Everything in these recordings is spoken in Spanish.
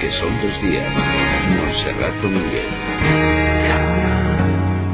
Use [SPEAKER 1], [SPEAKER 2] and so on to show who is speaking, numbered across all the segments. [SPEAKER 1] que son dos días. Montserrat Domínguez.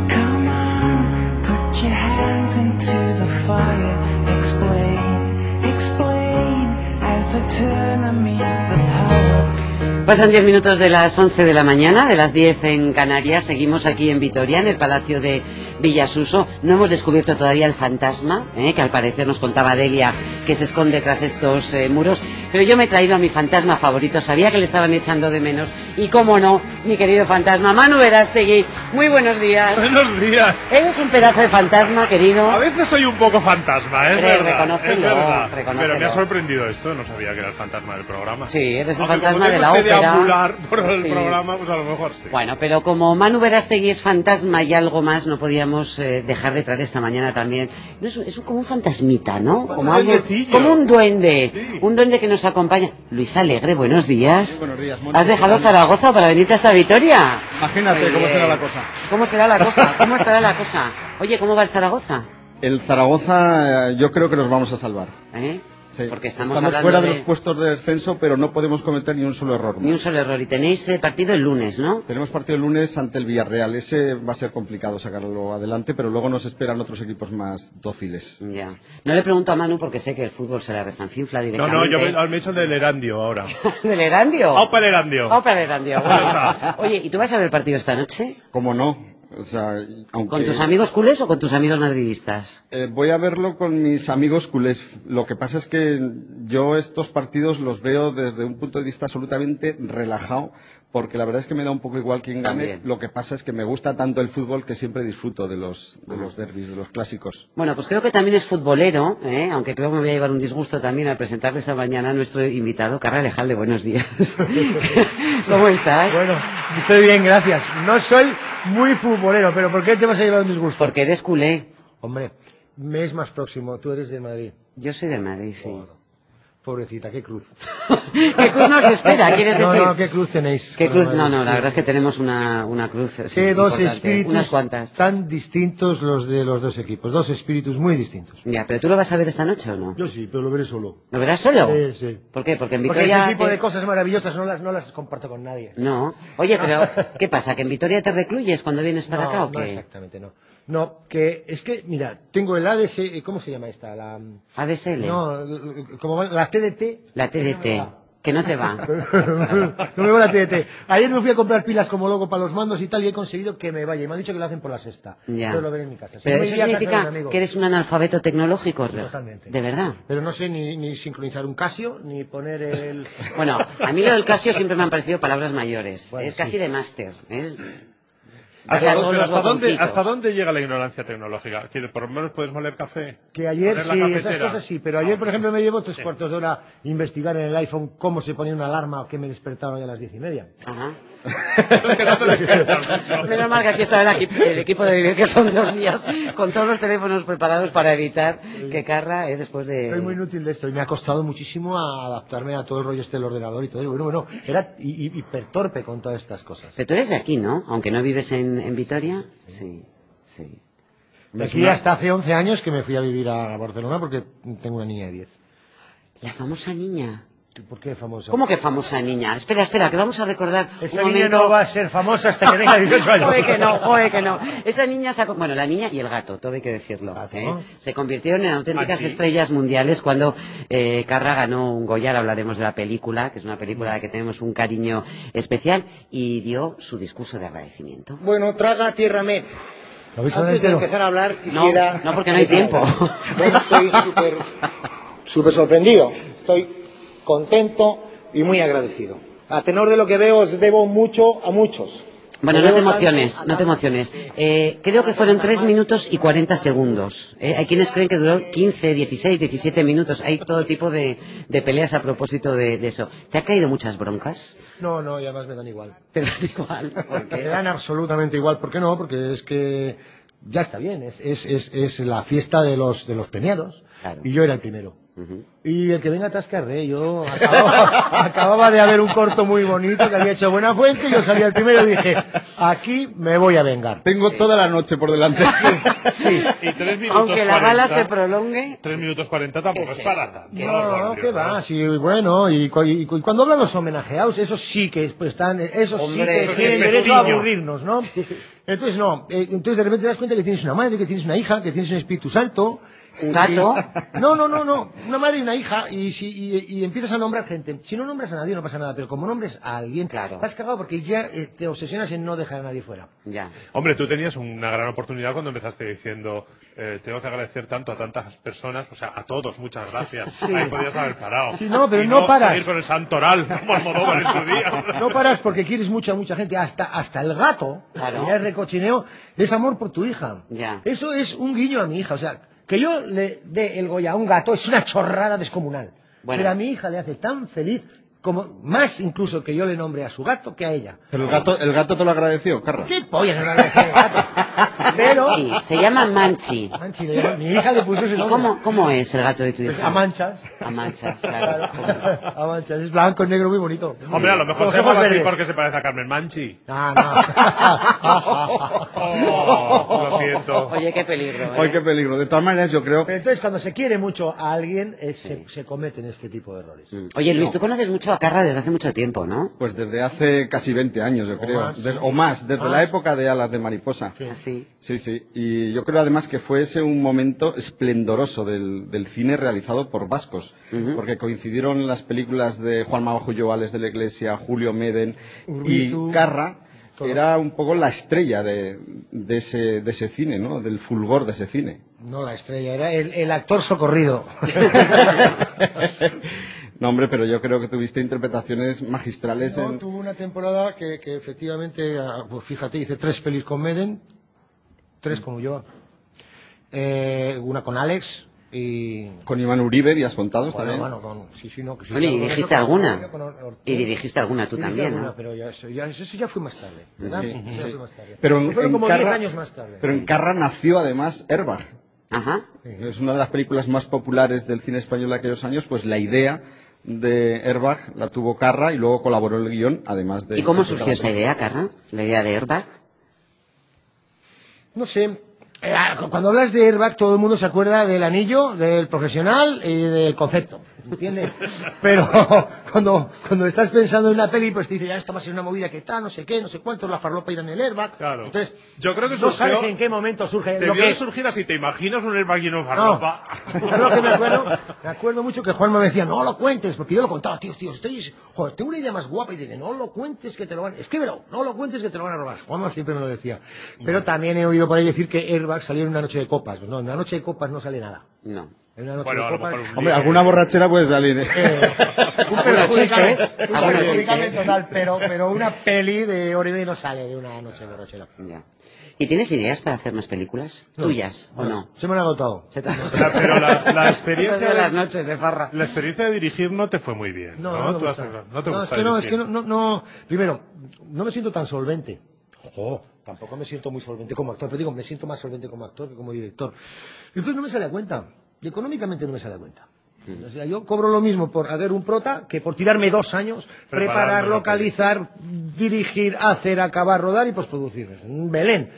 [SPEAKER 2] Come on, put your hands into the fire. Explain, explain as I turn and meet the power.
[SPEAKER 3] Pasan 10 minutos de las 11 de la mañana, de las 10 en Canarias. Seguimos aquí en Vitoria, en el Palacio de Villasuso. No hemos descubierto todavía el fantasma, ¿eh? que al parecer nos contaba Delia, que se esconde tras estos eh, muros. Pero yo me he traído a mi fantasma favorito. Sabía que le estaban echando de menos. Y cómo no, mi querido fantasma, Manu Verástegui. Muy buenos días.
[SPEAKER 4] Buenos días.
[SPEAKER 3] Eres un pedazo de fantasma, querido.
[SPEAKER 4] A veces soy un poco fantasma, ¿eh?
[SPEAKER 3] Hombre,
[SPEAKER 4] es verdad,
[SPEAKER 3] reconócelo,
[SPEAKER 4] es verdad.
[SPEAKER 3] reconócelo.
[SPEAKER 4] Pero me ha sorprendido esto, no sabía que era el fantasma del programa.
[SPEAKER 3] Sí, eres el
[SPEAKER 4] Aunque
[SPEAKER 3] fantasma
[SPEAKER 4] como
[SPEAKER 3] de la
[SPEAKER 4] tengo que
[SPEAKER 3] ópera.
[SPEAKER 4] deambular por el
[SPEAKER 3] Sí.
[SPEAKER 4] programa, pues a lo mejor sí.
[SPEAKER 3] Bueno, pero como Manu Verástegui es fantasma y algo más, no podíamos eh, dejar de traer esta mañana también. No, es, un- es un- como un fantasmita, ¿no?
[SPEAKER 4] un
[SPEAKER 3] Como, algo-
[SPEAKER 4] duendecillo.
[SPEAKER 3] como un duende.
[SPEAKER 4] Sí.
[SPEAKER 3] Un duende que nos acompaña. Luis Alegre, buenos días.
[SPEAKER 5] buenos días, Monse.
[SPEAKER 3] ¿Has dejado
[SPEAKER 5] ¿Qué tal?
[SPEAKER 3] Zaragoza para venirte hasta Vitoria?
[SPEAKER 5] Imagínate
[SPEAKER 3] Muy
[SPEAKER 5] cómo
[SPEAKER 3] bien.
[SPEAKER 5] será la cosa.
[SPEAKER 3] ¿Cómo será la cosa? ¿Cómo estará la cosa? Oye, ¿cómo va el Zaragoza?
[SPEAKER 5] El Zaragoza, eh, yo creo que nos vamos a salvar.
[SPEAKER 3] ¿Eh?
[SPEAKER 5] Sí.
[SPEAKER 3] Porque estamos, hablando
[SPEAKER 5] fuera de...
[SPEAKER 3] de
[SPEAKER 5] los puestos de descenso, pero no podemos cometer ni un solo error.
[SPEAKER 3] ni un
[SPEAKER 5] más.
[SPEAKER 3] solo error. Y tenéis eh, partido el lunes, ¿no?
[SPEAKER 5] Tenemos partido el lunes ante el Villarreal. Ese va a ser complicado sacarlo adelante, pero luego nos esperan otros equipos más dóciles.
[SPEAKER 3] Ya. No le pregunto a Manu porque sé que el fútbol se la refanfinfla
[SPEAKER 4] No,
[SPEAKER 3] directamente.
[SPEAKER 4] no, yo me, me he hecho del Erandio ahora.
[SPEAKER 3] ¿Del Erandio?
[SPEAKER 4] ¡Opa el Erandio!
[SPEAKER 3] Vamos para el Erandio, bueno. Oye, ¿y tú vas a ver el partido esta noche?
[SPEAKER 5] ¿Cómo no? O sea, aunque...
[SPEAKER 3] ¿Con tus amigos culés o con tus amigos madridistas?
[SPEAKER 5] Eh, voy a verlo con mis amigos culés. Lo que pasa es que yo estos partidos los veo desde un punto de vista absolutamente relajado, porque la verdad es que me da un poco igual quién gane.
[SPEAKER 3] También.
[SPEAKER 5] Lo que pasa es que me gusta tanto el fútbol que siempre disfruto de los, de los derbis, de los clásicos.
[SPEAKER 3] Bueno, pues creo que también es futbolero, ¿eh? aunque creo que me voy a llevar un disgusto también al presentarle esta mañana a nuestro invitado, Carra Alejalde. Buenos días. ¿Cómo estás?
[SPEAKER 6] Bueno, estoy bien, gracias. No soy muy futbolero, pero ¿por qué te vas a llevar un disgusto?
[SPEAKER 3] Porque eres culé.
[SPEAKER 6] Hombre, me es más próximo, tú eres de Madrid.
[SPEAKER 3] Yo soy de Madrid, sí.
[SPEAKER 6] Pobrecita, qué cruz.
[SPEAKER 3] ¿Qué cruz nos espera? ¿Quieres
[SPEAKER 6] no,
[SPEAKER 3] decir?
[SPEAKER 6] no, qué cruz tenéis.
[SPEAKER 3] ¿Qué
[SPEAKER 6] con el
[SPEAKER 3] cruz? No,
[SPEAKER 6] Madrid?
[SPEAKER 3] no, la
[SPEAKER 6] Sí.
[SPEAKER 3] verdad es que tenemos una, una cruz. eh, sí,
[SPEAKER 6] Qué dos
[SPEAKER 3] importante,
[SPEAKER 6] espíritus
[SPEAKER 3] Unas cuantas.
[SPEAKER 6] tan distintos los de los dos equipos. Dos espíritus muy distintos.
[SPEAKER 3] Ya, pero tú lo vas a ver esta noche o no?
[SPEAKER 6] Yo sí, pero lo veré solo.
[SPEAKER 3] ¿Lo verás solo?
[SPEAKER 6] Sí, sí.
[SPEAKER 3] ¿Por qué? Porque en
[SPEAKER 6] Porque
[SPEAKER 3] Vitoria.
[SPEAKER 6] ese tipo
[SPEAKER 3] te-
[SPEAKER 6] de cosas maravillosas no las, no las comparto con nadie.
[SPEAKER 3] No. Oye, pero ¿qué pasa? ¿Que en Vitoria te recluyes cuando vienes para
[SPEAKER 6] no,
[SPEAKER 3] acá o
[SPEAKER 6] no,
[SPEAKER 3] qué?
[SPEAKER 6] exactamente, no. No, que es que, mira, tengo el ADS, ¿cómo se llama esta? La,
[SPEAKER 3] ADSL.
[SPEAKER 6] No, l- l- como va- la TDT.
[SPEAKER 3] La TDT. Que no te va.
[SPEAKER 6] no me va la TDT. Ayer me fui a comprar pilas como loco para los mandos y tal y he conseguido que me vaya. Y me han dicho que lo hacen por la sexta.
[SPEAKER 3] Ya.
[SPEAKER 6] Entonces lo veré en mi casa. Si
[SPEAKER 3] Pero
[SPEAKER 6] no, me
[SPEAKER 3] eso
[SPEAKER 6] iría a casa de
[SPEAKER 3] significa
[SPEAKER 6] un amigo.
[SPEAKER 3] que eres un analfabeto tecnológico, Re-
[SPEAKER 6] Totalmente.
[SPEAKER 3] De verdad.
[SPEAKER 6] Pero no sé ni, ni sincronizar un Casio, ni poner el...
[SPEAKER 3] Bueno, a mí lo del Casio siempre me han parecido palabras mayores.
[SPEAKER 6] Bueno,
[SPEAKER 3] es
[SPEAKER 6] sí.
[SPEAKER 3] casi de máster. Es...
[SPEAKER 4] ¿Hasta,
[SPEAKER 3] todos
[SPEAKER 4] pero
[SPEAKER 3] los
[SPEAKER 4] hasta dónde,
[SPEAKER 3] botoncitos.
[SPEAKER 4] ¿Hasta dónde llega la ignorancia tecnológica? Quiero- ¿Por lo menos puedes moler café?
[SPEAKER 6] Que ayer
[SPEAKER 4] ¿Poner la
[SPEAKER 6] sí, esas
[SPEAKER 4] cafetera?
[SPEAKER 6] cosas sí, pero ayer, por ejemplo, me llevo tres cuartos de hora investigar en el iPhone cómo se ponía una alarma que me despertaron ya a las diez y media.
[SPEAKER 3] Ajá.
[SPEAKER 4] Es que no te despiertas mucho.
[SPEAKER 3] Menos mal que aquí está el, equi- el equipo de vivir, que son dos días, con todos los teléfonos preparados para evitar que Carra, eh, después de...
[SPEAKER 6] Soy muy inútil de esto y me ha costado muchísimo a adaptarme a todo el rollo este del ordenador y todo. Y bueno, bueno, era hi- hi- hipertorpe con todas estas cosas.
[SPEAKER 3] Pero tú eres de aquí, ¿no? Aunque no vives en, en Vitoria. Sí, sí.
[SPEAKER 6] De aquí hasta hace 11 años que me fui a vivir a Barcelona porque tengo una niña de 10.
[SPEAKER 3] La famosa niña.
[SPEAKER 6] ¿Tú ¿Por qué famosa?
[SPEAKER 3] ¿Cómo que famosa niña? Espera, espera, que vamos a recordar
[SPEAKER 6] Esa
[SPEAKER 3] un
[SPEAKER 6] niña
[SPEAKER 3] momento...
[SPEAKER 6] no va a ser famosa hasta que tenga 18 años.
[SPEAKER 3] Joder que no, joder que no. Esa niña sacó... Bueno, la niña y el gato, todo hay que decirlo.
[SPEAKER 6] Gato,
[SPEAKER 3] ¿eh?
[SPEAKER 6] ¿no?
[SPEAKER 3] Se convirtieron en auténticas
[SPEAKER 4] ¿Ah, sí?
[SPEAKER 3] estrellas mundiales cuando eh, Carra ganó un Goyar, hablaremos de la película, que es una película a la que tenemos un cariño especial, y dio su discurso de agradecimiento.
[SPEAKER 7] Bueno, traga tierra me.
[SPEAKER 6] ¿Lo habéis hablado
[SPEAKER 7] Antes de
[SPEAKER 6] entero?
[SPEAKER 7] empezar a hablar,
[SPEAKER 3] No,
[SPEAKER 7] quisiera.
[SPEAKER 3] no, porque no hay tiempo.
[SPEAKER 7] Bueno, estoy súper súper sorprendido. Estoy contento y muy agradecido. A tenor de lo que veo, os debo mucho a muchos.
[SPEAKER 3] Bueno,
[SPEAKER 7] Os
[SPEAKER 3] no te
[SPEAKER 7] debo
[SPEAKER 3] emociones,
[SPEAKER 7] tanto a
[SPEAKER 3] no te
[SPEAKER 7] tantos.
[SPEAKER 3] emociones. Eh, creo que fueron 3 minutos y 40 segundos. Eh, hay quienes creen que duró 15, 16, 17 minutos. Hay todo tipo de, de peleas a propósito de, de eso. ¿Te ha caído muchas broncas?
[SPEAKER 6] No, no, y además me dan igual.
[SPEAKER 3] Te da igual. ¿por
[SPEAKER 6] Me
[SPEAKER 3] qué?
[SPEAKER 6] dan absolutamente igual. ¿Por qué no? Porque es que ya está bien, es, es, es, es la fiesta de los, de los premiados.
[SPEAKER 3] Claro.
[SPEAKER 6] Y yo era el primero. Y el que venga atrás carré, yo acababa, acababa de haber un corto muy bonito que había hecho buena fuente y yo salía el primero y dije, aquí me voy a vengar.
[SPEAKER 5] Tengo toda la noche por delante.
[SPEAKER 6] Sí.
[SPEAKER 4] Y tres minutos
[SPEAKER 3] Aunque la bala
[SPEAKER 4] 40,
[SPEAKER 3] se prolongue,
[SPEAKER 4] Tres minutos 40 tampoco
[SPEAKER 3] Es
[SPEAKER 4] es,
[SPEAKER 3] eso,
[SPEAKER 4] para tanto.
[SPEAKER 3] que es
[SPEAKER 4] por
[SPEAKER 6] No,
[SPEAKER 4] Dios,
[SPEAKER 6] que va, sí, bueno, y, cu- y cu- cuando hablan los homenajeados, eso sí que es- pues, están, eso
[SPEAKER 3] Hombre,
[SPEAKER 6] sí que
[SPEAKER 3] ese
[SPEAKER 6] tienen derecho a
[SPEAKER 4] pestiño.
[SPEAKER 6] aburrirnos, ¿no? Entonces, no, eh, entonces de repente te das cuenta que tienes una madre, que tienes una hija, que tienes un Espíritu Santo.
[SPEAKER 3] Un gato.
[SPEAKER 6] y- no, no, no, no, una madre y una hija, y, si, y, y empiezas a nombrar gente. Si no nombras a nadie no pasa nada, pero como nombres a alguien,
[SPEAKER 3] Claro.
[SPEAKER 6] te has cagado porque ya eh, te obsesionas en no dejar a nadie fuera.
[SPEAKER 3] ya.
[SPEAKER 4] Hombre, tú tenías una gran oportunidad cuando empezaste diciendo eh, tengo que agradecer tanto a tantas personas, o sea, a todos, muchas gracias. Ahí podías haber parado.
[SPEAKER 6] Sí, no, pero
[SPEAKER 4] Y
[SPEAKER 6] no paras.
[SPEAKER 4] seguir con el santoral, como Almodóvar en su día.
[SPEAKER 6] No paras porque quieres mucho a mucha gente, hasta, hasta el gato,
[SPEAKER 3] Claro.
[SPEAKER 6] que ya es recochineo, es amor por tu hija.
[SPEAKER 3] Ya.
[SPEAKER 6] Eso es un guiño a mi hija, o sea, que yo le dé el Goya a un gato es una chorrada descomunal.
[SPEAKER 3] Bueno.
[SPEAKER 6] Pero a mi hija le hace tan feliz, como más incluso que yo le nombre a su gato que a ella.
[SPEAKER 5] Pero el gato, el gato te lo agradeció, Carra.
[SPEAKER 6] ¿Qué polla le va a agradecer el gato? Pero,
[SPEAKER 3] Sí, se llama Manchi.
[SPEAKER 6] Manchi, le llama- mi hija le puso ese
[SPEAKER 3] ¿Y
[SPEAKER 6] nombre.
[SPEAKER 3] cómo, cómo es el gato de tu
[SPEAKER 6] Pues
[SPEAKER 3] hija?
[SPEAKER 6] a manchas.
[SPEAKER 3] A manchas,
[SPEAKER 6] Claro,
[SPEAKER 3] claro.
[SPEAKER 6] a manchas. Es blanco y negro muy bonito.
[SPEAKER 4] Hombre, a lo mejor
[SPEAKER 6] Los
[SPEAKER 4] se llama
[SPEAKER 6] ojos
[SPEAKER 4] así
[SPEAKER 6] verdes.
[SPEAKER 4] porque se parece a Carmen Manchi.
[SPEAKER 6] No, no.
[SPEAKER 4] Oh, lo siento.
[SPEAKER 3] Oye, qué peligro. ¿eh?
[SPEAKER 5] Ay, qué peligro. De todas maneras, yo creo
[SPEAKER 6] Pero entonces cuando se quiere mucho a alguien eh, se, se cometen este tipo de errores.
[SPEAKER 3] Mm. Oye, Luis, tú conoces mucho a Carra desde hace mucho tiempo, ¿no?
[SPEAKER 5] Pues desde hace casi 20 años, yo creo.
[SPEAKER 6] más,
[SPEAKER 5] Des-
[SPEAKER 6] sí.
[SPEAKER 5] o más, desde
[SPEAKER 6] Ah.
[SPEAKER 5] la época de Alas de Mariposa.
[SPEAKER 6] Sí.
[SPEAKER 3] Así.
[SPEAKER 5] Sí, sí. Y yo creo además que fue ese un momento esplendoroso del, del cine realizado por vascos. Porque coincidieron las películas de Juan Mabajo Alex de la Iglesia, Julio Meden
[SPEAKER 6] Urbizu,
[SPEAKER 5] y Carra.
[SPEAKER 6] todos.
[SPEAKER 5] Era un poco la estrella de, de ese, de ese cine, ¿no? Del fulgor de ese cine.
[SPEAKER 6] No la estrella, era el, el actor socorrido.
[SPEAKER 5] no, hombre, pero yo creo que tuviste interpretaciones magistrales
[SPEAKER 6] No,
[SPEAKER 5] en...
[SPEAKER 6] tuvo una temporada que, que efectivamente, ah, pues fíjate, hice tres pelis con Meden, tres como yo, Eh, una con Alex y...
[SPEAKER 5] Con Iván Uribe, Díaz Contados
[SPEAKER 6] Bueno,
[SPEAKER 5] también.
[SPEAKER 6] bueno, con- sí, sí, no, que sí,
[SPEAKER 3] Bueno, y
[SPEAKER 6] claro,
[SPEAKER 3] dirigiste
[SPEAKER 6] con-
[SPEAKER 3] alguna.
[SPEAKER 6] con Ortega.
[SPEAKER 3] Y dirigiste alguna tú
[SPEAKER 6] Dirigí
[SPEAKER 3] también,
[SPEAKER 6] alguna,
[SPEAKER 3] ¿no?
[SPEAKER 6] Pero ya, eso, ya, eso ya fue más tarde, ¿verdad?
[SPEAKER 5] Sí,
[SPEAKER 6] Eso ya
[SPEAKER 5] sí.
[SPEAKER 6] fue más tarde.
[SPEAKER 5] Pero en,
[SPEAKER 6] fueron
[SPEAKER 5] en
[SPEAKER 6] como
[SPEAKER 5] Carra,
[SPEAKER 6] 10 años más tarde.
[SPEAKER 5] Pero en Carra nació además Herbach.
[SPEAKER 3] Ajá.
[SPEAKER 5] Es una de las películas más populares del cine español de aquellos años, pues la idea de Herbach la tuvo Carra y luego colaboró el guión, además de...
[SPEAKER 3] ¿Y cómo surgió esa idea, Carra? La idea de Airbag.
[SPEAKER 6] No sé. eh, Cuando hablas de airbag, todo el mundo se acuerda del anillo, del profesional y del concepto. ¿Entiendes? Pero cuando, cuando estás pensando en una peli, pues te dice, ya, esto va a ser una movida que tal, no sé qué, no sé cuánto, la farlopa irá en el airbag.
[SPEAKER 4] Claro.
[SPEAKER 6] Entonces,
[SPEAKER 4] Yo creo que
[SPEAKER 6] no
[SPEAKER 4] surgió-
[SPEAKER 6] sabes en qué momento surge. Lo
[SPEAKER 4] Debió
[SPEAKER 6] que,
[SPEAKER 4] de surgir así, ¿te imaginas un airbag y una
[SPEAKER 6] no,
[SPEAKER 4] farlopa?
[SPEAKER 6] Yo lo que me acuerdo, me acuerdo mucho que Juanma me decía, no lo cuentes, porque yo lo contaba, tío, tío, estoy, joder, tengo una idea más guapa y dije, no lo cuentes que te lo van, escríbelo, no lo cuentes que te lo van a robar. Juanma siempre me lo decía. Pero también he oído por ahí decir que Airbag salió en una noche de copas. Pues No, en una noche de copas no sale nada.
[SPEAKER 3] No.
[SPEAKER 6] En una noche
[SPEAKER 4] Bueno, a
[SPEAKER 6] de
[SPEAKER 4] lo
[SPEAKER 6] copas.
[SPEAKER 4] mejor un-
[SPEAKER 5] Hombre, alguna borrachera puede salir. ¿eh?
[SPEAKER 6] Un ¿eh?
[SPEAKER 3] Algunos
[SPEAKER 6] perjudicame-
[SPEAKER 4] ¿eh?
[SPEAKER 3] chistes,
[SPEAKER 6] un
[SPEAKER 3] algunos
[SPEAKER 6] perjudicame
[SPEAKER 3] chistes.
[SPEAKER 6] total, pero, pero una peli de Oribe no sale de una noche de borrachera.
[SPEAKER 3] Ya. ¿Y tienes ideas para hacer más películas? ¿Tuyas o no?
[SPEAKER 6] Se me han agotado.
[SPEAKER 3] Se te-
[SPEAKER 4] La- pero la, la
[SPEAKER 3] Esas
[SPEAKER 4] experiencia
[SPEAKER 3] de las
[SPEAKER 4] de,
[SPEAKER 3] noches de farra.
[SPEAKER 4] la experiencia de dirigir no te fue muy bien.
[SPEAKER 6] No,
[SPEAKER 4] No,
[SPEAKER 6] no, me
[SPEAKER 4] Tú has-
[SPEAKER 6] gusta.
[SPEAKER 4] no te
[SPEAKER 6] No, es
[SPEAKER 4] gusta
[SPEAKER 6] que no, es
[SPEAKER 4] dirigir.
[SPEAKER 6] que no, no, no. Primero, no me siento tan solvente. Ojo, tampoco me siento muy solvente como actor, pero digo, me siento más solvente como actor que como director. Y Después no me sale a cuenta. Y Económicamente no me sale a cuenta. O sea, yo cobro lo mismo por hacer un prota que por tirarme dos años,
[SPEAKER 4] Prepararme
[SPEAKER 6] preparar,
[SPEAKER 4] la
[SPEAKER 6] localizar, dirigir, hacer, acabar, rodar y postproducir. Es un Belén.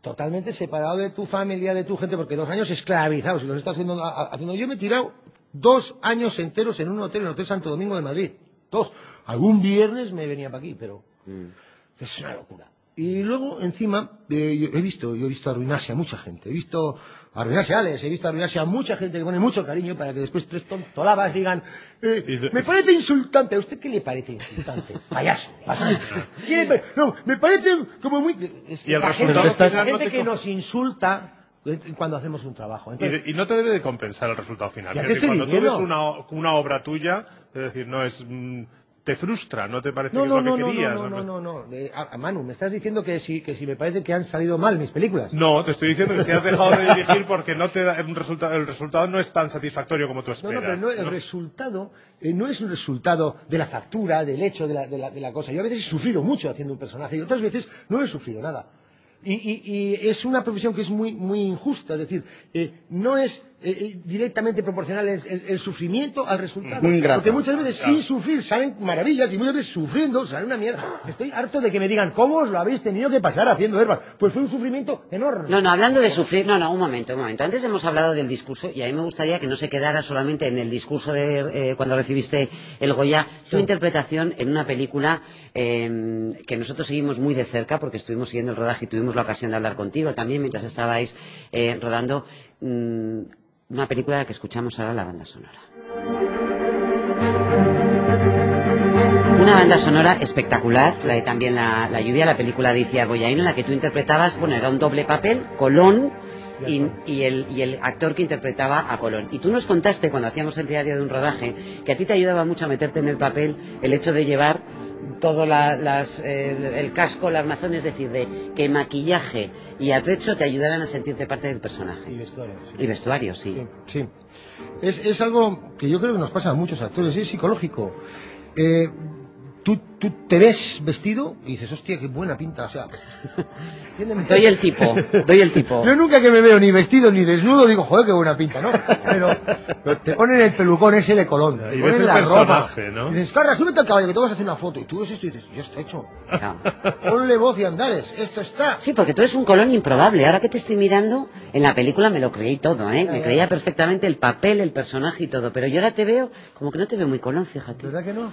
[SPEAKER 6] Totalmente separado de tu familia, de tu gente, porque dos años esclavizados y los estás haciendo, a- a- haciendo. Yo me he tirado dos años enteros en un hotel, en el Hotel Santo Domingo de Madrid. Dos. Algún viernes me venía para aquí, pero es una locura. Y luego, encima, eh, yo he visto, yo he visto arruinarse a mucha gente. He visto arruinarse a Alex, he visto arruinarse a mucha gente que pone mucho cariño para que después tres tontolabas digan, eh,
[SPEAKER 4] Y de-
[SPEAKER 6] me parece insultante. ¿A usted qué le parece insultante? Payaso, payaso. ¿Quién le pare- No, me parece como muy... es que
[SPEAKER 4] Y el
[SPEAKER 6] la gente,
[SPEAKER 4] resultado
[SPEAKER 6] la
[SPEAKER 4] final
[SPEAKER 6] gente
[SPEAKER 4] no te
[SPEAKER 6] que
[SPEAKER 4] co-
[SPEAKER 6] nos insulta eh, cuando hacemos un
[SPEAKER 4] Y,
[SPEAKER 6] trabajo. Entonces,
[SPEAKER 4] de- y no te debe de compensar el resultado final.
[SPEAKER 6] Ya
[SPEAKER 4] Es
[SPEAKER 6] te
[SPEAKER 4] decir,
[SPEAKER 6] estoy
[SPEAKER 4] cuando tú
[SPEAKER 6] diciendo.
[SPEAKER 4] ves una, o- una obra tuya, es decir, no es. mm, te frustra, no te parece
[SPEAKER 6] No,
[SPEAKER 4] que
[SPEAKER 6] no,
[SPEAKER 4] "Este, es lo
[SPEAKER 6] no,
[SPEAKER 4] que
[SPEAKER 6] no,
[SPEAKER 4] querías. pues
[SPEAKER 6] no, no, no, no. Eh, a- a Manu, me estás diciendo que si, que si me parece que han salido mal mis películas.
[SPEAKER 4] No, te estoy diciendo que si has dejado de dirigir porque no te da, el, resulta- el resultado no es tan satisfactorio como tú
[SPEAKER 6] No,
[SPEAKER 4] esperas.
[SPEAKER 6] no, pero no, el
[SPEAKER 4] No-
[SPEAKER 6] resultado eh, no es un resultado de la factura, del hecho, de la, de, la, de la cosa. Yo a veces he sufrido mucho haciendo un personaje y otras veces no he sufrido nada. Y, y- y es una profesión que es muy, muy injusta, es decir, eh, no es eh, eh, directamente proporcional el, el- el sufrimiento al resultado.
[SPEAKER 5] Muy ingrata.
[SPEAKER 6] Porque muchas veces sin sufrir salen maravillas y muchas veces sufriendo sale una mierda. Estoy harto de que me digan, ¿cómo os lo habéis tenido que pasar haciendo herbas? Pues fue un sufrimiento enorme.
[SPEAKER 3] No, no, hablando de sufrir, no, no, un momento, un momento. Antes hemos hablado del discurso y a mí me gustaría que no se quedara solamente en el discurso de eh, cuando recibiste el Goya, tu interpretación en una película eh, que nosotros seguimos muy de cerca porque estuvimos siguiendo el rodaje y tuvimos la ocasión de hablar contigo también mientras estabais eh, rodando mm, una película de la que escuchamos ahora la banda sonora. Una banda sonora espectacular, la de también la, la lluvia, la película de Iciar Goyaino, en la que tú interpretabas, bueno, era un doble papel, Colón y, y el, y el actor que interpretaba a Colón. Y tú nos contaste, cuando hacíamos el diario de un rodaje, que a ti te ayudaba mucho a meterte en el papel el hecho de llevar todo la- las, eh, el, el casco, el armazón, es decir, de que maquillaje y atrecho te ayudaran a sentirte parte del
[SPEAKER 6] Y
[SPEAKER 3] personaje.
[SPEAKER 6] vestuario, sí.
[SPEAKER 3] Y vestuario, sí.
[SPEAKER 6] Sí, sí. Es, es algo que yo creo que nos pasa a muchos actores, es psicológico. Eh, tú, tú te ves vestido y dices, hostia, qué buena pinta, o sea... entiéndeme.
[SPEAKER 3] Doy el tipo, doy el tipo.
[SPEAKER 6] Yo nunca que me veo ni vestido ni desnudo digo, joder, qué buena pinta, ¿no? Pero, pero te ponen el pelucón ese de Colón, te
[SPEAKER 4] Y ves
[SPEAKER 6] ponen
[SPEAKER 4] el
[SPEAKER 6] la ropa.
[SPEAKER 4] personaje, ¿no?
[SPEAKER 6] Y dices, Carla, súbete al caballo que te vas a hacer una foto. Y tú ves esto y dices, ya está hecho.
[SPEAKER 3] No.
[SPEAKER 6] Ponle voz y andares, esto está.
[SPEAKER 3] Sí, porque tú eres un colón improbable. Ahora que te estoy mirando, en la película me lo creí todo, ¿eh? Me creía perfectamente el papel, el personaje y todo. Pero yo ahora te veo, como que no te veo muy colón, fíjate.
[SPEAKER 6] ¿Verdad que no?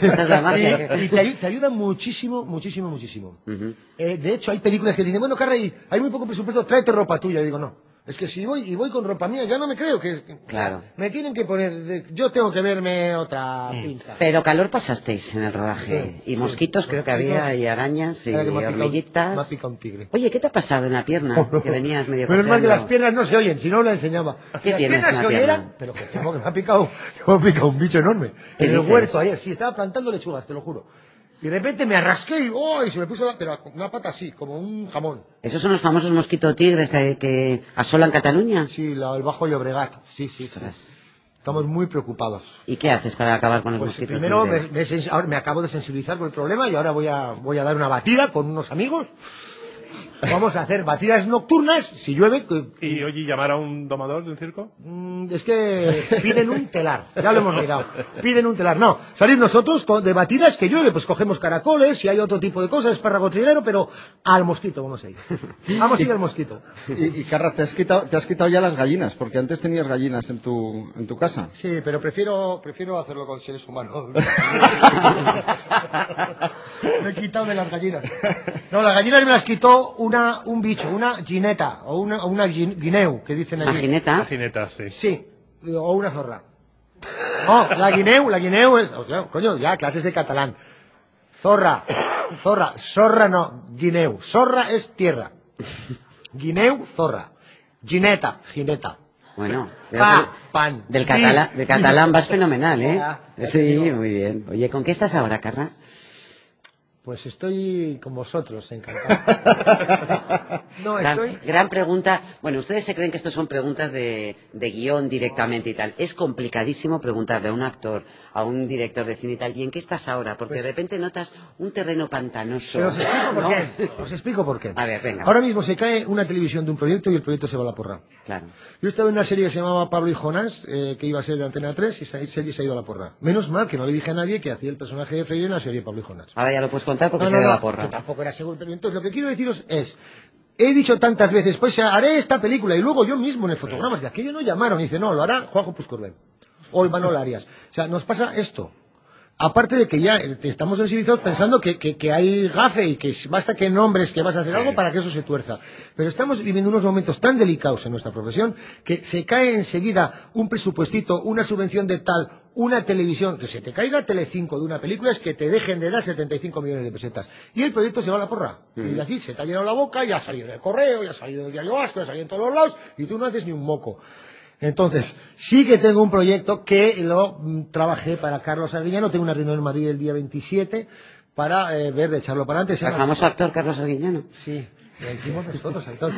[SPEAKER 3] Esa es la magia.
[SPEAKER 6] Y, y te, ayu- te ayuda muchísimo, muchísimo, muchísimo.
[SPEAKER 3] Ujú.
[SPEAKER 6] Eh, de hecho, hay películas que dicen, bueno, Carrey, hay muy poco presupuesto, tráete ropa tuya. Y digo, no. Es que si voy y voy con ropa mía, ya no me creo que... que-
[SPEAKER 3] Claro. Mm.
[SPEAKER 6] Me tienen que poner... de- yo tengo que verme otra pinta.
[SPEAKER 3] Pero calor pasasteis en el rodaje.
[SPEAKER 6] Sí,
[SPEAKER 3] y mosquitos
[SPEAKER 6] sí.
[SPEAKER 3] creo que había, y arañas, y
[SPEAKER 6] Ahora que me ha picado- me ha
[SPEAKER 3] hormiguitas.
[SPEAKER 6] picado un tigre.
[SPEAKER 3] Oye, ¿qué te ha pasado en la pierna? ah, Que venías medio
[SPEAKER 6] Menos mal que
[SPEAKER 3] cojeando.
[SPEAKER 6] las piernas no se oyen, si no la enseñaba.
[SPEAKER 3] ¿Qué tienes
[SPEAKER 6] las piernas
[SPEAKER 3] en la
[SPEAKER 6] se
[SPEAKER 3] pierna?
[SPEAKER 6] oyeran, pero que tengo que me ha picado, que me ha picado un bicho enorme.
[SPEAKER 3] ¿Qué
[SPEAKER 6] En el
[SPEAKER 3] dices?
[SPEAKER 6] huerto ayer, sí, estaba plantando lechugas, te lo juro. Y de repente me arrasqué y, ¡oh! y se me puso la- pero una pata así, como un jamón.
[SPEAKER 3] Esos son los famosos mosquito tigres que, que asolan Cataluña.
[SPEAKER 6] Sí, la- el bajo Llobregat. Sí, sí, sí.
[SPEAKER 3] Ostras.
[SPEAKER 6] Estamos muy preocupados.
[SPEAKER 3] ¿Y qué haces para acabar con los
[SPEAKER 6] Pues
[SPEAKER 3] mosquitos
[SPEAKER 6] primero me,
[SPEAKER 3] tigres?
[SPEAKER 6] me sen- ahora me acabo de sensibilizar con el problema y ahora voy a, voy a dar una batida con unos amigos. Vamos a hacer batidas nocturnas, si llueve, que-
[SPEAKER 4] Y oye, llamar a un domador de un circo.
[SPEAKER 6] Mm, Es que piden un telar, ya lo hemos mirado. Piden un telar, no. Salir nosotros con- de batidas que llueve, pues cogemos caracoles y hay otro tipo de cosas, espárrago trinero, pero al mosquito vamos a ir. Vamos a ir al mosquito.
[SPEAKER 5] Y, y, Carra, te has, quitado, te has quitado ya las gallinas, porque antes tenías gallinas en tu, en tu casa.
[SPEAKER 6] Sí, pero prefiero, prefiero hacerlo con seres humanos. me he quitado de las gallinas. No, las gallinas me las quitó una, un bicho, una gineta o una, o una gin- guineu, que dicen allí.
[SPEAKER 3] Imagineta.
[SPEAKER 4] Paginetas, sí.
[SPEAKER 6] Sí, o una zorra. No, la guineu, la guineu es... o sea, coño, ya, clases de catalán. Zorra, zorra, zorra no, guineu. Zorra es tierra. Guineu, zorra. Gineta, gineta.
[SPEAKER 3] Bueno,
[SPEAKER 6] Pa, Ah, pan.
[SPEAKER 3] del, catala-
[SPEAKER 6] Sí.
[SPEAKER 3] del catalán vas fenomenal, ¿eh?
[SPEAKER 6] Ya, ya te
[SPEAKER 3] sí,
[SPEAKER 6] digo.
[SPEAKER 3] muy bien. Oye, ¿con qué estás ahora, Carra?
[SPEAKER 6] Pues estoy con vosotros, encantado. No,
[SPEAKER 3] Gran,
[SPEAKER 6] Pues estoy...
[SPEAKER 3] gran pregunta. Bueno, ustedes se creen que esto son preguntas de, de guión directamente y tal. Es complicadísimo preguntarle a un actor, a un director de cine y tal, ¿y en qué estás ahora? Porque de repente notas un terreno pantanoso.
[SPEAKER 6] Pues- Pero os explico por
[SPEAKER 3] ¿no?
[SPEAKER 6] qué. Os explico por qué.
[SPEAKER 3] A ver, venga.
[SPEAKER 6] Ahora mismo se cae una televisión de un proyecto y el proyecto se va a la porra.
[SPEAKER 3] Claro.
[SPEAKER 6] Yo estaba en una serie que se llamaba Pablo y Jonás, eh, que iba a ser de Antena 3, y esa serie se ha ido a la porra. Menos mal que no le dije a nadie que hacía el personaje de Freire en la serie Pablo y Jonás.
[SPEAKER 3] Ahora ya lo puedes contar Ah, porque
[SPEAKER 6] No,
[SPEAKER 3] se
[SPEAKER 6] no,
[SPEAKER 3] dio
[SPEAKER 6] no,
[SPEAKER 3] la porra.
[SPEAKER 6] que tampoco era seguro. Pero entonces lo que quiero deciros es, he dicho tantas veces, pues haré esta película, y luego yo mismo en el fotogramas de aquello no llamaron, y dice, no, lo hará Juanjo Puscorbel, o el Manuel Arias. O sea, nos pasa esto. Aparte de que ya eh, estamos sensibilizados pensando que, que- que hay gafe y que basta que nombres que vas a hacer algo para que eso se tuerza. Pero estamos viviendo unos momentos tan delicados en nuestra profesión que se cae enseguida un presupuestito, una subvención de tal, una televisión, que se te caiga Telecinco de una película es que te dejen de dar 75 millones de pesetas. Y el proyecto se va a la porra. Y aquí se te ha llenado la boca, ya ha salido en el correo, ya ha salido en el diario vasco, ya ha salido en todos los lados y tú no haces ni un moco. Entonces, sí que tengo un proyecto que lo mm, trabajé para Carlos Arguiñano. Tengo una reunión en Madrid el día 27 para eh, ver de echarlo para adelante. Se
[SPEAKER 3] El
[SPEAKER 6] llama-
[SPEAKER 3] famoso actor Carlos Arguiñano.
[SPEAKER 6] Sí, lo hicimos nosotros, actor.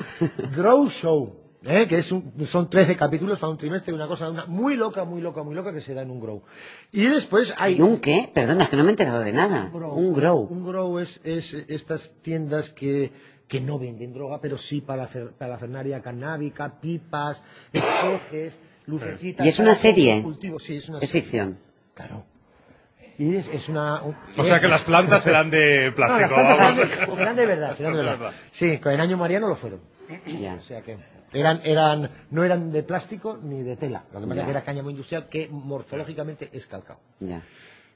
[SPEAKER 6] Grow Show, ¿eh? que es un- son 13 capítulos para un trimestre, una cosa una muy loca, muy loca, muy loca que se da en un Grow. Y después hay...
[SPEAKER 3] ¿Un qué? Perdona, que no me he enterado de nada. Un grow.
[SPEAKER 6] Un grow es, es estas tiendas que que no venden droga, pero sí para parafernaria canábica, pipas, escoges, lucecitas.
[SPEAKER 3] Y es una
[SPEAKER 6] para
[SPEAKER 3] serie.
[SPEAKER 6] cultivo. Sí, es una
[SPEAKER 3] Es
[SPEAKER 6] serie.
[SPEAKER 3] ficción.
[SPEAKER 6] Claro. Y es, es una. un-
[SPEAKER 4] O sea
[SPEAKER 6] es-
[SPEAKER 4] que las plantas serán de
[SPEAKER 6] No, las
[SPEAKER 4] plástico.
[SPEAKER 6] plantas
[SPEAKER 4] vamos.
[SPEAKER 6] eran de- eran de verdad, eran de verdad. Sí, con el año Mariano lo fueron.
[SPEAKER 3] Ya.
[SPEAKER 6] O sea que eran, eran, no eran de plástico ni de tela. Lo que pasa
[SPEAKER 3] Ya.
[SPEAKER 6] es que era cáñamo industrial que morfológicamente es calcao.
[SPEAKER 3] Ya.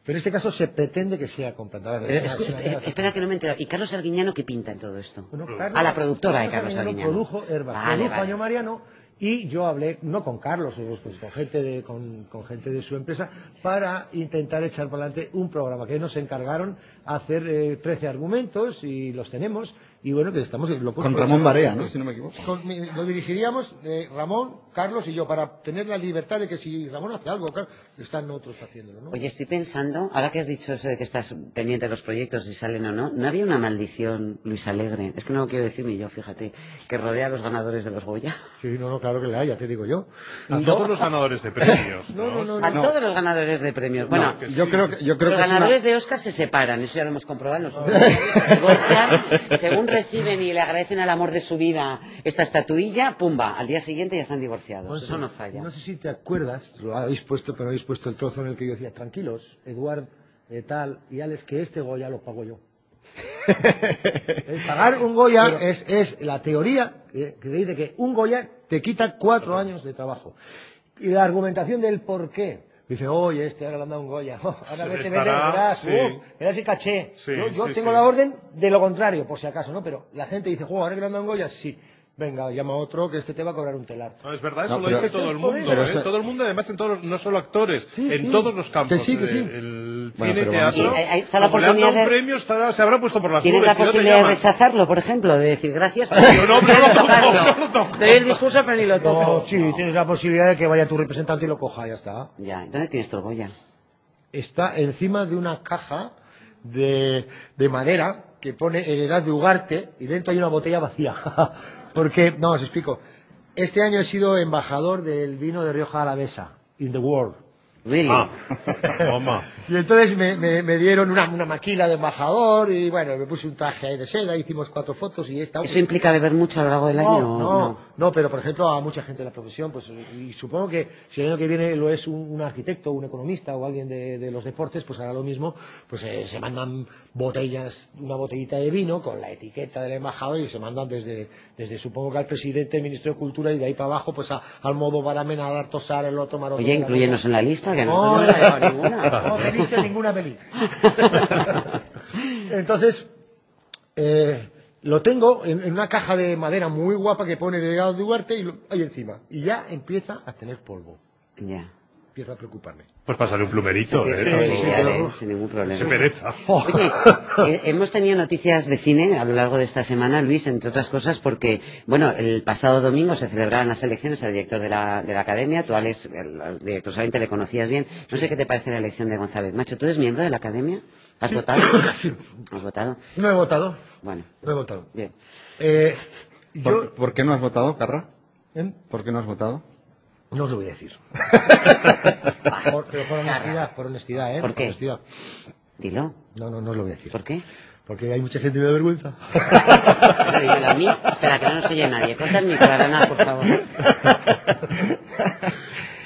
[SPEAKER 6] Pero en este caso se pretende que sea con planta.
[SPEAKER 3] Eh, escu- eh, espera que no me he enterado. ¿Y Carlos Arguiñano qué pinta en todo esto?
[SPEAKER 6] Bueno,
[SPEAKER 3] A la productora de Carlos Arguiñano.
[SPEAKER 6] Produjo Herbas,
[SPEAKER 3] Vale,
[SPEAKER 6] produjo
[SPEAKER 3] vale.
[SPEAKER 6] Año Mariano y yo hablé, no con Carlos, sino pues con, gente de, con, con gente de su empresa, para intentar echar para adelante un programa que nos encargaron hacer eh, 13 argumentos y los tenemos. Y bueno, que estamos locos.
[SPEAKER 5] Con
[SPEAKER 6] por-
[SPEAKER 5] Ramón Barea, ¿no? Si no me equivoco.
[SPEAKER 6] Con- mi- lo dirigiríamos eh, Ramón, Carlos y yo para tener la libertad de que si Ramón hace algo, claro, están otros haciéndolo, ¿no?
[SPEAKER 3] Oye, estoy pensando, ahora que has dicho eso de que estás pendiente de los proyectos, si salen o no, ¿no había una maldición, Luis Alegre? Es que no lo quiero decir ni yo, fíjate, que rodea a los ganadores de los Goya.
[SPEAKER 6] Sí, no, no, claro que la hay, ya te digo yo.
[SPEAKER 4] A todos los ganadores de premios.
[SPEAKER 6] No, no, no,
[SPEAKER 3] A todos los ganadores de premios. Bueno,
[SPEAKER 5] No, yo creo que, yo creo
[SPEAKER 3] los
[SPEAKER 5] que es una-
[SPEAKER 3] ganadores de Oscar se separan, eso ya lo hemos comprobado. en Los se divorcian, según reciben y le agradecen al amor de su vida esta estatuilla, pumba, al día siguiente ya están divorciados.
[SPEAKER 5] Pues
[SPEAKER 6] Monse,
[SPEAKER 3] eso no falla.
[SPEAKER 6] No sé si te acuerdas, lo habéis puesto, pero habéis puesto el trozo en el que yo decía, tranquilos, Eduard, eh, tal y Alex, que este Goya lo pago yo. El pagar un Goya es, es la teoría eh, que, que dice que un Goya te quita cuatro años de trabajo. Y la argumentación del por qué. Dice, oye, este ahora le han dado un Goya. ahora vete, vete,
[SPEAKER 4] Estará,
[SPEAKER 6] verás,
[SPEAKER 4] sí.
[SPEAKER 6] uf, verás el caché.
[SPEAKER 4] Sí,
[SPEAKER 6] yo yo
[SPEAKER 4] sí,
[SPEAKER 6] tengo
[SPEAKER 4] sí.
[SPEAKER 6] la orden de lo contrario, por si acaso, ¿no? Pero la gente dice, jo, ahora que le han dado un Goya, sí. Venga, llama a otro que este te va a cobrar un telar.
[SPEAKER 4] No, es verdad, eso lo
[SPEAKER 5] No, pero-
[SPEAKER 4] dice todo el mundo.
[SPEAKER 5] Pero
[SPEAKER 4] ¿eh?
[SPEAKER 5] eso-
[SPEAKER 4] Todo el mundo, además, en todos, los- no solo actores,
[SPEAKER 6] Sí,
[SPEAKER 4] en
[SPEAKER 6] sí.
[SPEAKER 4] todos los campos.
[SPEAKER 6] Que sí, que sí.
[SPEAKER 4] de- El
[SPEAKER 5] Bueno,
[SPEAKER 4] cine,
[SPEAKER 5] pero vamos
[SPEAKER 4] teatro.
[SPEAKER 3] a ver. Ahí- ahí está la
[SPEAKER 4] como le han dado
[SPEAKER 3] oportunidad
[SPEAKER 4] un
[SPEAKER 3] de-
[SPEAKER 4] premio, estará- se habrá puesto por las
[SPEAKER 3] ¿Tienes
[SPEAKER 4] nubes.
[SPEAKER 3] la
[SPEAKER 4] si no te
[SPEAKER 3] posibilidad de
[SPEAKER 4] llaman.
[SPEAKER 3] rechazarlo, por ejemplo? De decir gracias, pero
[SPEAKER 4] no, no lo toco,
[SPEAKER 3] tocarlo.
[SPEAKER 4] no lo toco.
[SPEAKER 3] Doy el discurso, pero ni lo toco.
[SPEAKER 6] No, sí, tienes la posibilidad de que vaya tu representante y lo coja, ya está.
[SPEAKER 3] Ya, ¿dónde tienes tu Goya?
[SPEAKER 6] Está encima de una caja de, de madera que pone heredad de Ugarte y dentro hay una botella vacía. Porque, no, os explico. Este año he sido embajador del vino de Rioja Alavesa, in the world.
[SPEAKER 3] Really?
[SPEAKER 4] Ah, mamá.
[SPEAKER 6] Y entonces me, me- me dieron una, una maquila de embajador y bueno, me puse un traje ahí de seda, hicimos cuatro fotos y esta...
[SPEAKER 3] ¿Eso implica beber mucho a lo largo del
[SPEAKER 6] no,
[SPEAKER 3] año? o
[SPEAKER 6] No, no, pero por ejemplo a mucha gente de la profesión, pues y supongo que si el año que viene lo es un, un arquitecto, un economista o alguien de, de los deportes, pues hará lo mismo, pues eh, se mandan botellas, una botellita de vino con la etiqueta del embajador y se mandan desde, desde supongo que al presidente, el ministro de Cultura y de ahí para abajo, pues a, al modo Baramen, a dar tosar el otro maroto.
[SPEAKER 3] Oye,
[SPEAKER 6] de la
[SPEAKER 3] incluyenos en la lista, que no,
[SPEAKER 6] no,
[SPEAKER 3] no la he llevado ninguna.
[SPEAKER 6] no, no he visto ninguna peli. Entonces, eh, lo tengo en, en una caja de madera muy guapa que pone Delegado Duarte y lo- ahí encima. Y ya empieza a tener polvo.
[SPEAKER 3] Ya.
[SPEAKER 6] Empieza a preocuparme.
[SPEAKER 4] Pues pasaré un plumerito, ¿eh?
[SPEAKER 3] Sí,
[SPEAKER 4] Tampoco-
[SPEAKER 3] sí, ya, eh, sin ningún
[SPEAKER 4] Qué
[SPEAKER 3] problema.
[SPEAKER 4] pereza.
[SPEAKER 3] Oye, eh, hemos tenido noticias de cine a lo largo de esta semana, Luis, entre otras cosas porque, bueno, el pasado domingo se celebraban las elecciones al director de la, de la academia, tú, Alex, el, al director Salente, le conocías bien. No sé qué te parece la elección de González Macho. ¿Tú eres miembro de la academia? ¿Has votado? ¿Has votado?
[SPEAKER 6] No he votado.
[SPEAKER 3] Bueno,
[SPEAKER 6] No he votado.
[SPEAKER 3] bien.
[SPEAKER 6] Eh,
[SPEAKER 5] ¿Por,
[SPEAKER 6] yo
[SPEAKER 5] por qué no has votado, Carra?
[SPEAKER 6] ¿eh?
[SPEAKER 5] ¿Por qué no has votado?
[SPEAKER 6] no os lo voy a decir. Por- pero por honestidad, por honestidad, ¿eh?
[SPEAKER 3] ¿Por qué?
[SPEAKER 6] honestidad.
[SPEAKER 3] Dilo.
[SPEAKER 6] No, no, no os lo voy a decir.
[SPEAKER 3] ¿Por qué?
[SPEAKER 6] Porque hay mucha gente que me da vergüenza.
[SPEAKER 3] Pero dímelo a mí. Espera, que no nos oye nadie. Corta el micro, Arana, por favor.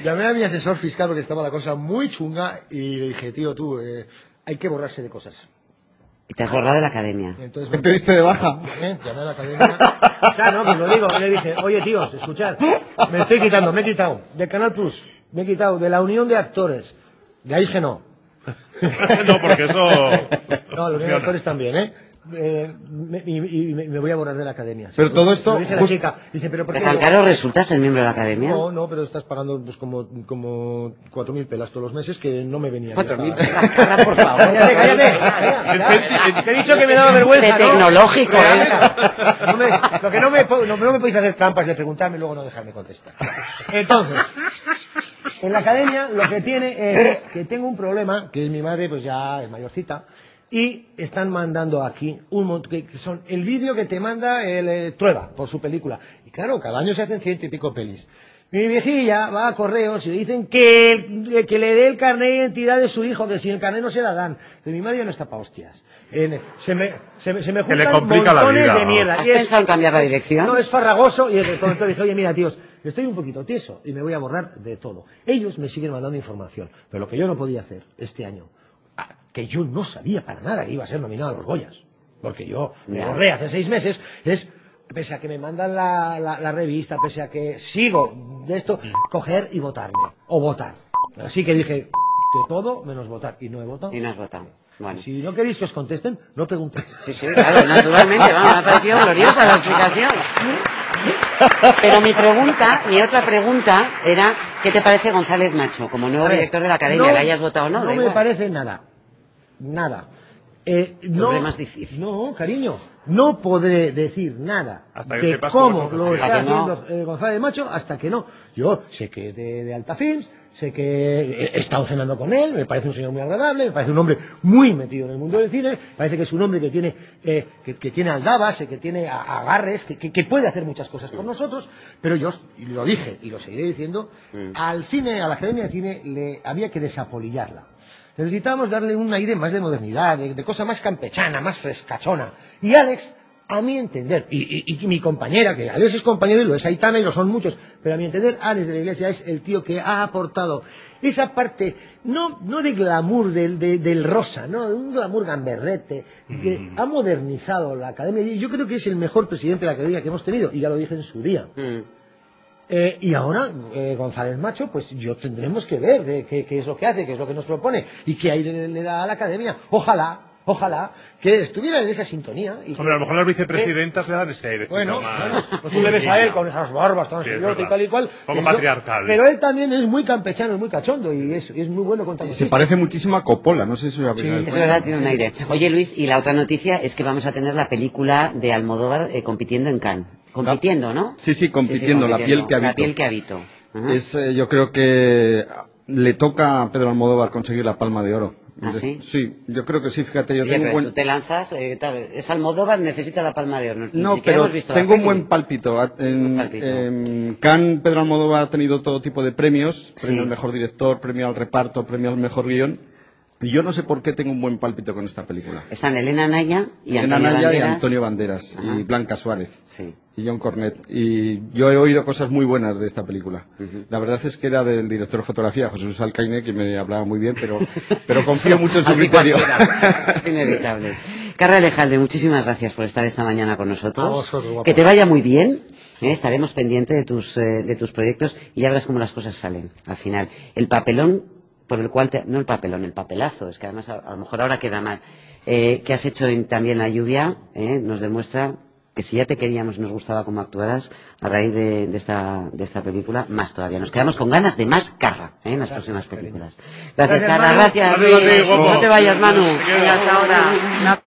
[SPEAKER 6] Llamé a mi asesor fiscal porque estaba la cosa muy chunga y le dije, tío, tú, eh, hay que borrarse de cosas.
[SPEAKER 3] Y te has borrado de la academia.
[SPEAKER 6] Y entonces
[SPEAKER 5] ¿Qué te diste de baja?
[SPEAKER 6] ¿Eh? Llamé a la academia. Claro, pues lo digo. Le dije, oye, tíos, escuchad, me estoy quitando, me he quitado de Canal Plus, me he quitado de la Unión de Actores. De ahí que no.
[SPEAKER 4] no, porque eso.
[SPEAKER 6] No, la Unión de Actores también, ¿eh? Eh, me- y, y me, me voy a borrar de la academia.
[SPEAKER 5] Pero
[SPEAKER 6] Se lo-
[SPEAKER 5] todo
[SPEAKER 6] se
[SPEAKER 5] esto
[SPEAKER 6] lo dije a la
[SPEAKER 5] just-
[SPEAKER 6] chica. Dice, pero ¿por qué
[SPEAKER 3] ¿Pero tan
[SPEAKER 6] no?
[SPEAKER 3] caro resulta ser miembro de la academia?
[SPEAKER 6] No, no, pero estás pagando pues, como, como 4.000 pelas todos los meses que no me venía.
[SPEAKER 3] Cuatro mil
[SPEAKER 6] Ya está.
[SPEAKER 3] pelas, Carla, por favor.
[SPEAKER 6] Cállate, cállate. Te he dicho que me daba vergüenza.
[SPEAKER 3] De
[SPEAKER 6] ¿no?
[SPEAKER 3] tecnológico, ¿eh?
[SPEAKER 6] No me- lo que no me, po- no, no me podéis hacer trampas de preguntarme y luego no dejarme contestar. Entonces, en la academia lo que tiene es que tengo un problema, que es mi madre, pues ya es mayorcita, y están mandando aquí un montón, que que son el vídeo que te manda el eh, Trueba por su película. Y claro, cada año se hacen ciento y pico pelis. Mi viejilla va a correos y le dicen que, el- que le dé el carnet de identidad de su hijo, que sin el carnet no se la dan. Pero mi madre ya no está para hostias. En- se me, se me, se me
[SPEAKER 4] Que le
[SPEAKER 6] juntan
[SPEAKER 4] complica la
[SPEAKER 6] montones
[SPEAKER 4] vida,
[SPEAKER 6] de
[SPEAKER 4] ¿no?
[SPEAKER 6] mierda.
[SPEAKER 3] ¿Has
[SPEAKER 6] Y es-
[SPEAKER 3] pensado en cambiar la dirección?
[SPEAKER 6] no, es farragoso. Y el conductor dice, oye, mira, tíos, estoy un poquito tieso y me voy a borrar de todo. Ellos me siguen mandando información. Pero lo que yo no podía hacer este año, ah, que yo no sabía para nada que iba a ser nominado a los Goyas, porque yo me
[SPEAKER 3] Ya.
[SPEAKER 6] borré hace seis meses, es... Pese a que me mandan la, la- la revista, pese a que sigo de esto, coger y votarme. O votar. Así que dije, de todo menos votar. Y no he votado.
[SPEAKER 3] Y no has votado. Bueno.
[SPEAKER 6] Si no queréis que os contesten, no preguntéis.
[SPEAKER 3] Sí, sí, claro, naturalmente, vamos, me ha parecido gloriosa la explicación. Pero mi pregunta, mi otra pregunta era, ¿qué te parece González Macho como nuevo
[SPEAKER 6] A ver,
[SPEAKER 3] director de la academia?
[SPEAKER 6] no-
[SPEAKER 3] ¿Le hayas votado o no? Da
[SPEAKER 6] No me
[SPEAKER 3] igual.
[SPEAKER 6] parece nada. Nada. Eh, no,
[SPEAKER 3] problema es difícil.
[SPEAKER 6] No, cariño. No podré decir nada
[SPEAKER 4] Hasta que
[SPEAKER 6] de
[SPEAKER 4] sepas cómo
[SPEAKER 6] cómo
[SPEAKER 4] es un
[SPEAKER 6] lo
[SPEAKER 4] festival.
[SPEAKER 6] está
[SPEAKER 3] Hasta que no.
[SPEAKER 6] haciendo eh, González Macho hasta que no. Yo sé que es de, de Alta Films, sé que he- he estado cenando con él, me parece un señor muy agradable, me parece un hombre muy metido en el mundo del cine, parece que es un hombre que tiene, eh, que, que tiene aldabas, eh, que tiene a- agarres, que, que- que puede hacer muchas cosas por nosotros, pero yo y lo dije y lo seguiré diciendo, al cine, a la Academia de Cine le había que desapolillarla. Necesitábamos darle un aire más de modernidad, de, de cosa más campechana, más frescachona. Y Alex, a mi entender, y, y- y mi compañera, que Alex es compañero y lo es Aitana y lo son muchos, pero a mi entender, Alex de la Iglesia es el tío que ha aportado esa parte, no, no de glamour del, de- del rosa, no, un glamour gamberrete, que
[SPEAKER 4] Mm.
[SPEAKER 6] ha modernizado la academia. Y yo creo que es el mejor presidente de la academia que hemos tenido, y ya lo dije en su día.
[SPEAKER 3] Mm.
[SPEAKER 6] Eh, y ahora, eh, González Macho, pues yo tendremos que ver eh, qué, qué es lo que hace, qué es lo que nos propone y qué aire le, le da a la academia. Ojalá, ojalá que estuviera en esa sintonía. Y que-
[SPEAKER 4] Hombre, a lo mejor las vicepresidentas le dan ese aire.
[SPEAKER 6] bueno, bueno, pues tú le ves a él con esas barbas tan
[SPEAKER 4] este eh, Sí, es
[SPEAKER 6] señor y
[SPEAKER 4] verdad.
[SPEAKER 6] tal y cual.
[SPEAKER 4] Poco
[SPEAKER 6] que no-
[SPEAKER 4] patriarcal.
[SPEAKER 6] Pero él también es muy campechano, es muy cachondo y es, y es muy bueno contando
[SPEAKER 5] Se
[SPEAKER 6] chistes.
[SPEAKER 5] parece muchísimo a Coppola, no sé si os habéis dado
[SPEAKER 3] Es
[SPEAKER 5] cuenta.
[SPEAKER 3] verdad, tiene un aire. Oye, Luis, y la otra noticia es que vamos a tener la película de Almodóvar eh, compitiendo en Cannes. Compitiendo, ¿no?
[SPEAKER 5] Sí, sí, compitiendo, La piel que
[SPEAKER 3] La
[SPEAKER 5] habito.
[SPEAKER 3] piel que habito. Ajá.
[SPEAKER 5] Es, eh, yo creo que ah, le toca a Pedro Almodóvar conseguir la palma de oro.
[SPEAKER 3] ¿Ah, sí?
[SPEAKER 5] Sí, yo creo que sí, fíjate, yo
[SPEAKER 3] Oye,
[SPEAKER 5] tengo
[SPEAKER 3] pero
[SPEAKER 5] un buen...
[SPEAKER 3] tú te lanzas, eh, tal, es Almodóvar, necesita la palma de oro. Ni
[SPEAKER 5] No,
[SPEAKER 3] siquiera
[SPEAKER 5] pero
[SPEAKER 3] hemos visto la
[SPEAKER 5] tengo un
[SPEAKER 3] peli.
[SPEAKER 5] buen palpito. A- En,
[SPEAKER 3] palpito.
[SPEAKER 5] en Cannes, Pedro Almodóvar ha tenido todo tipo de premios.
[SPEAKER 3] Sí.
[SPEAKER 5] Premio al mejor director, premio al reparto, premio al mejor guión. Y yo no sé por qué tengo un buen palpito con esta película.
[SPEAKER 3] Están Elena Naya y
[SPEAKER 5] En
[SPEAKER 3] Antonio
[SPEAKER 5] Anaya y
[SPEAKER 3] Banderas.
[SPEAKER 5] Antonio Banderas,
[SPEAKER 3] Ajá.
[SPEAKER 5] y Blanca Suárez,
[SPEAKER 3] Sí.
[SPEAKER 5] y John Cornet. Y yo he oído cosas muy buenas de esta película. La verdad es que era del director de fotografía, José Luis Alcaine, que me hablaba muy bien, pero, pero confío mucho en su
[SPEAKER 3] Así
[SPEAKER 5] criterio.
[SPEAKER 3] cualquiera, pues. es inevitable. Carla Alejandre, muchísimas gracias por estar esta mañana con nosotros.
[SPEAKER 6] A vosotros, guapos.
[SPEAKER 3] que te vaya muy bien. ¿eh? estaremos pendientes de tus, eh, de tus proyectos y ya verás cómo las cosas salen al final. El papelón por el cual te- no el papelón, el papelazo, es que además a, a lo mejor ahora queda mal, eh, que has hecho en también la lluvia, ¿eh? nos demuestra que si ya te queríamos y nos gustaba cómo actuaras a raíz de, de esta, de esta película, más todavía. Nos quedamos con ganas de más carra ¿eh? en las próximas películas. Gracias,
[SPEAKER 6] Gracias,
[SPEAKER 3] Carla,
[SPEAKER 6] Manu.
[SPEAKER 3] gracias.
[SPEAKER 4] Gracias a ti,
[SPEAKER 3] Luis.
[SPEAKER 4] guapo.
[SPEAKER 3] no te vayas, Manu. Venga, hasta ahora.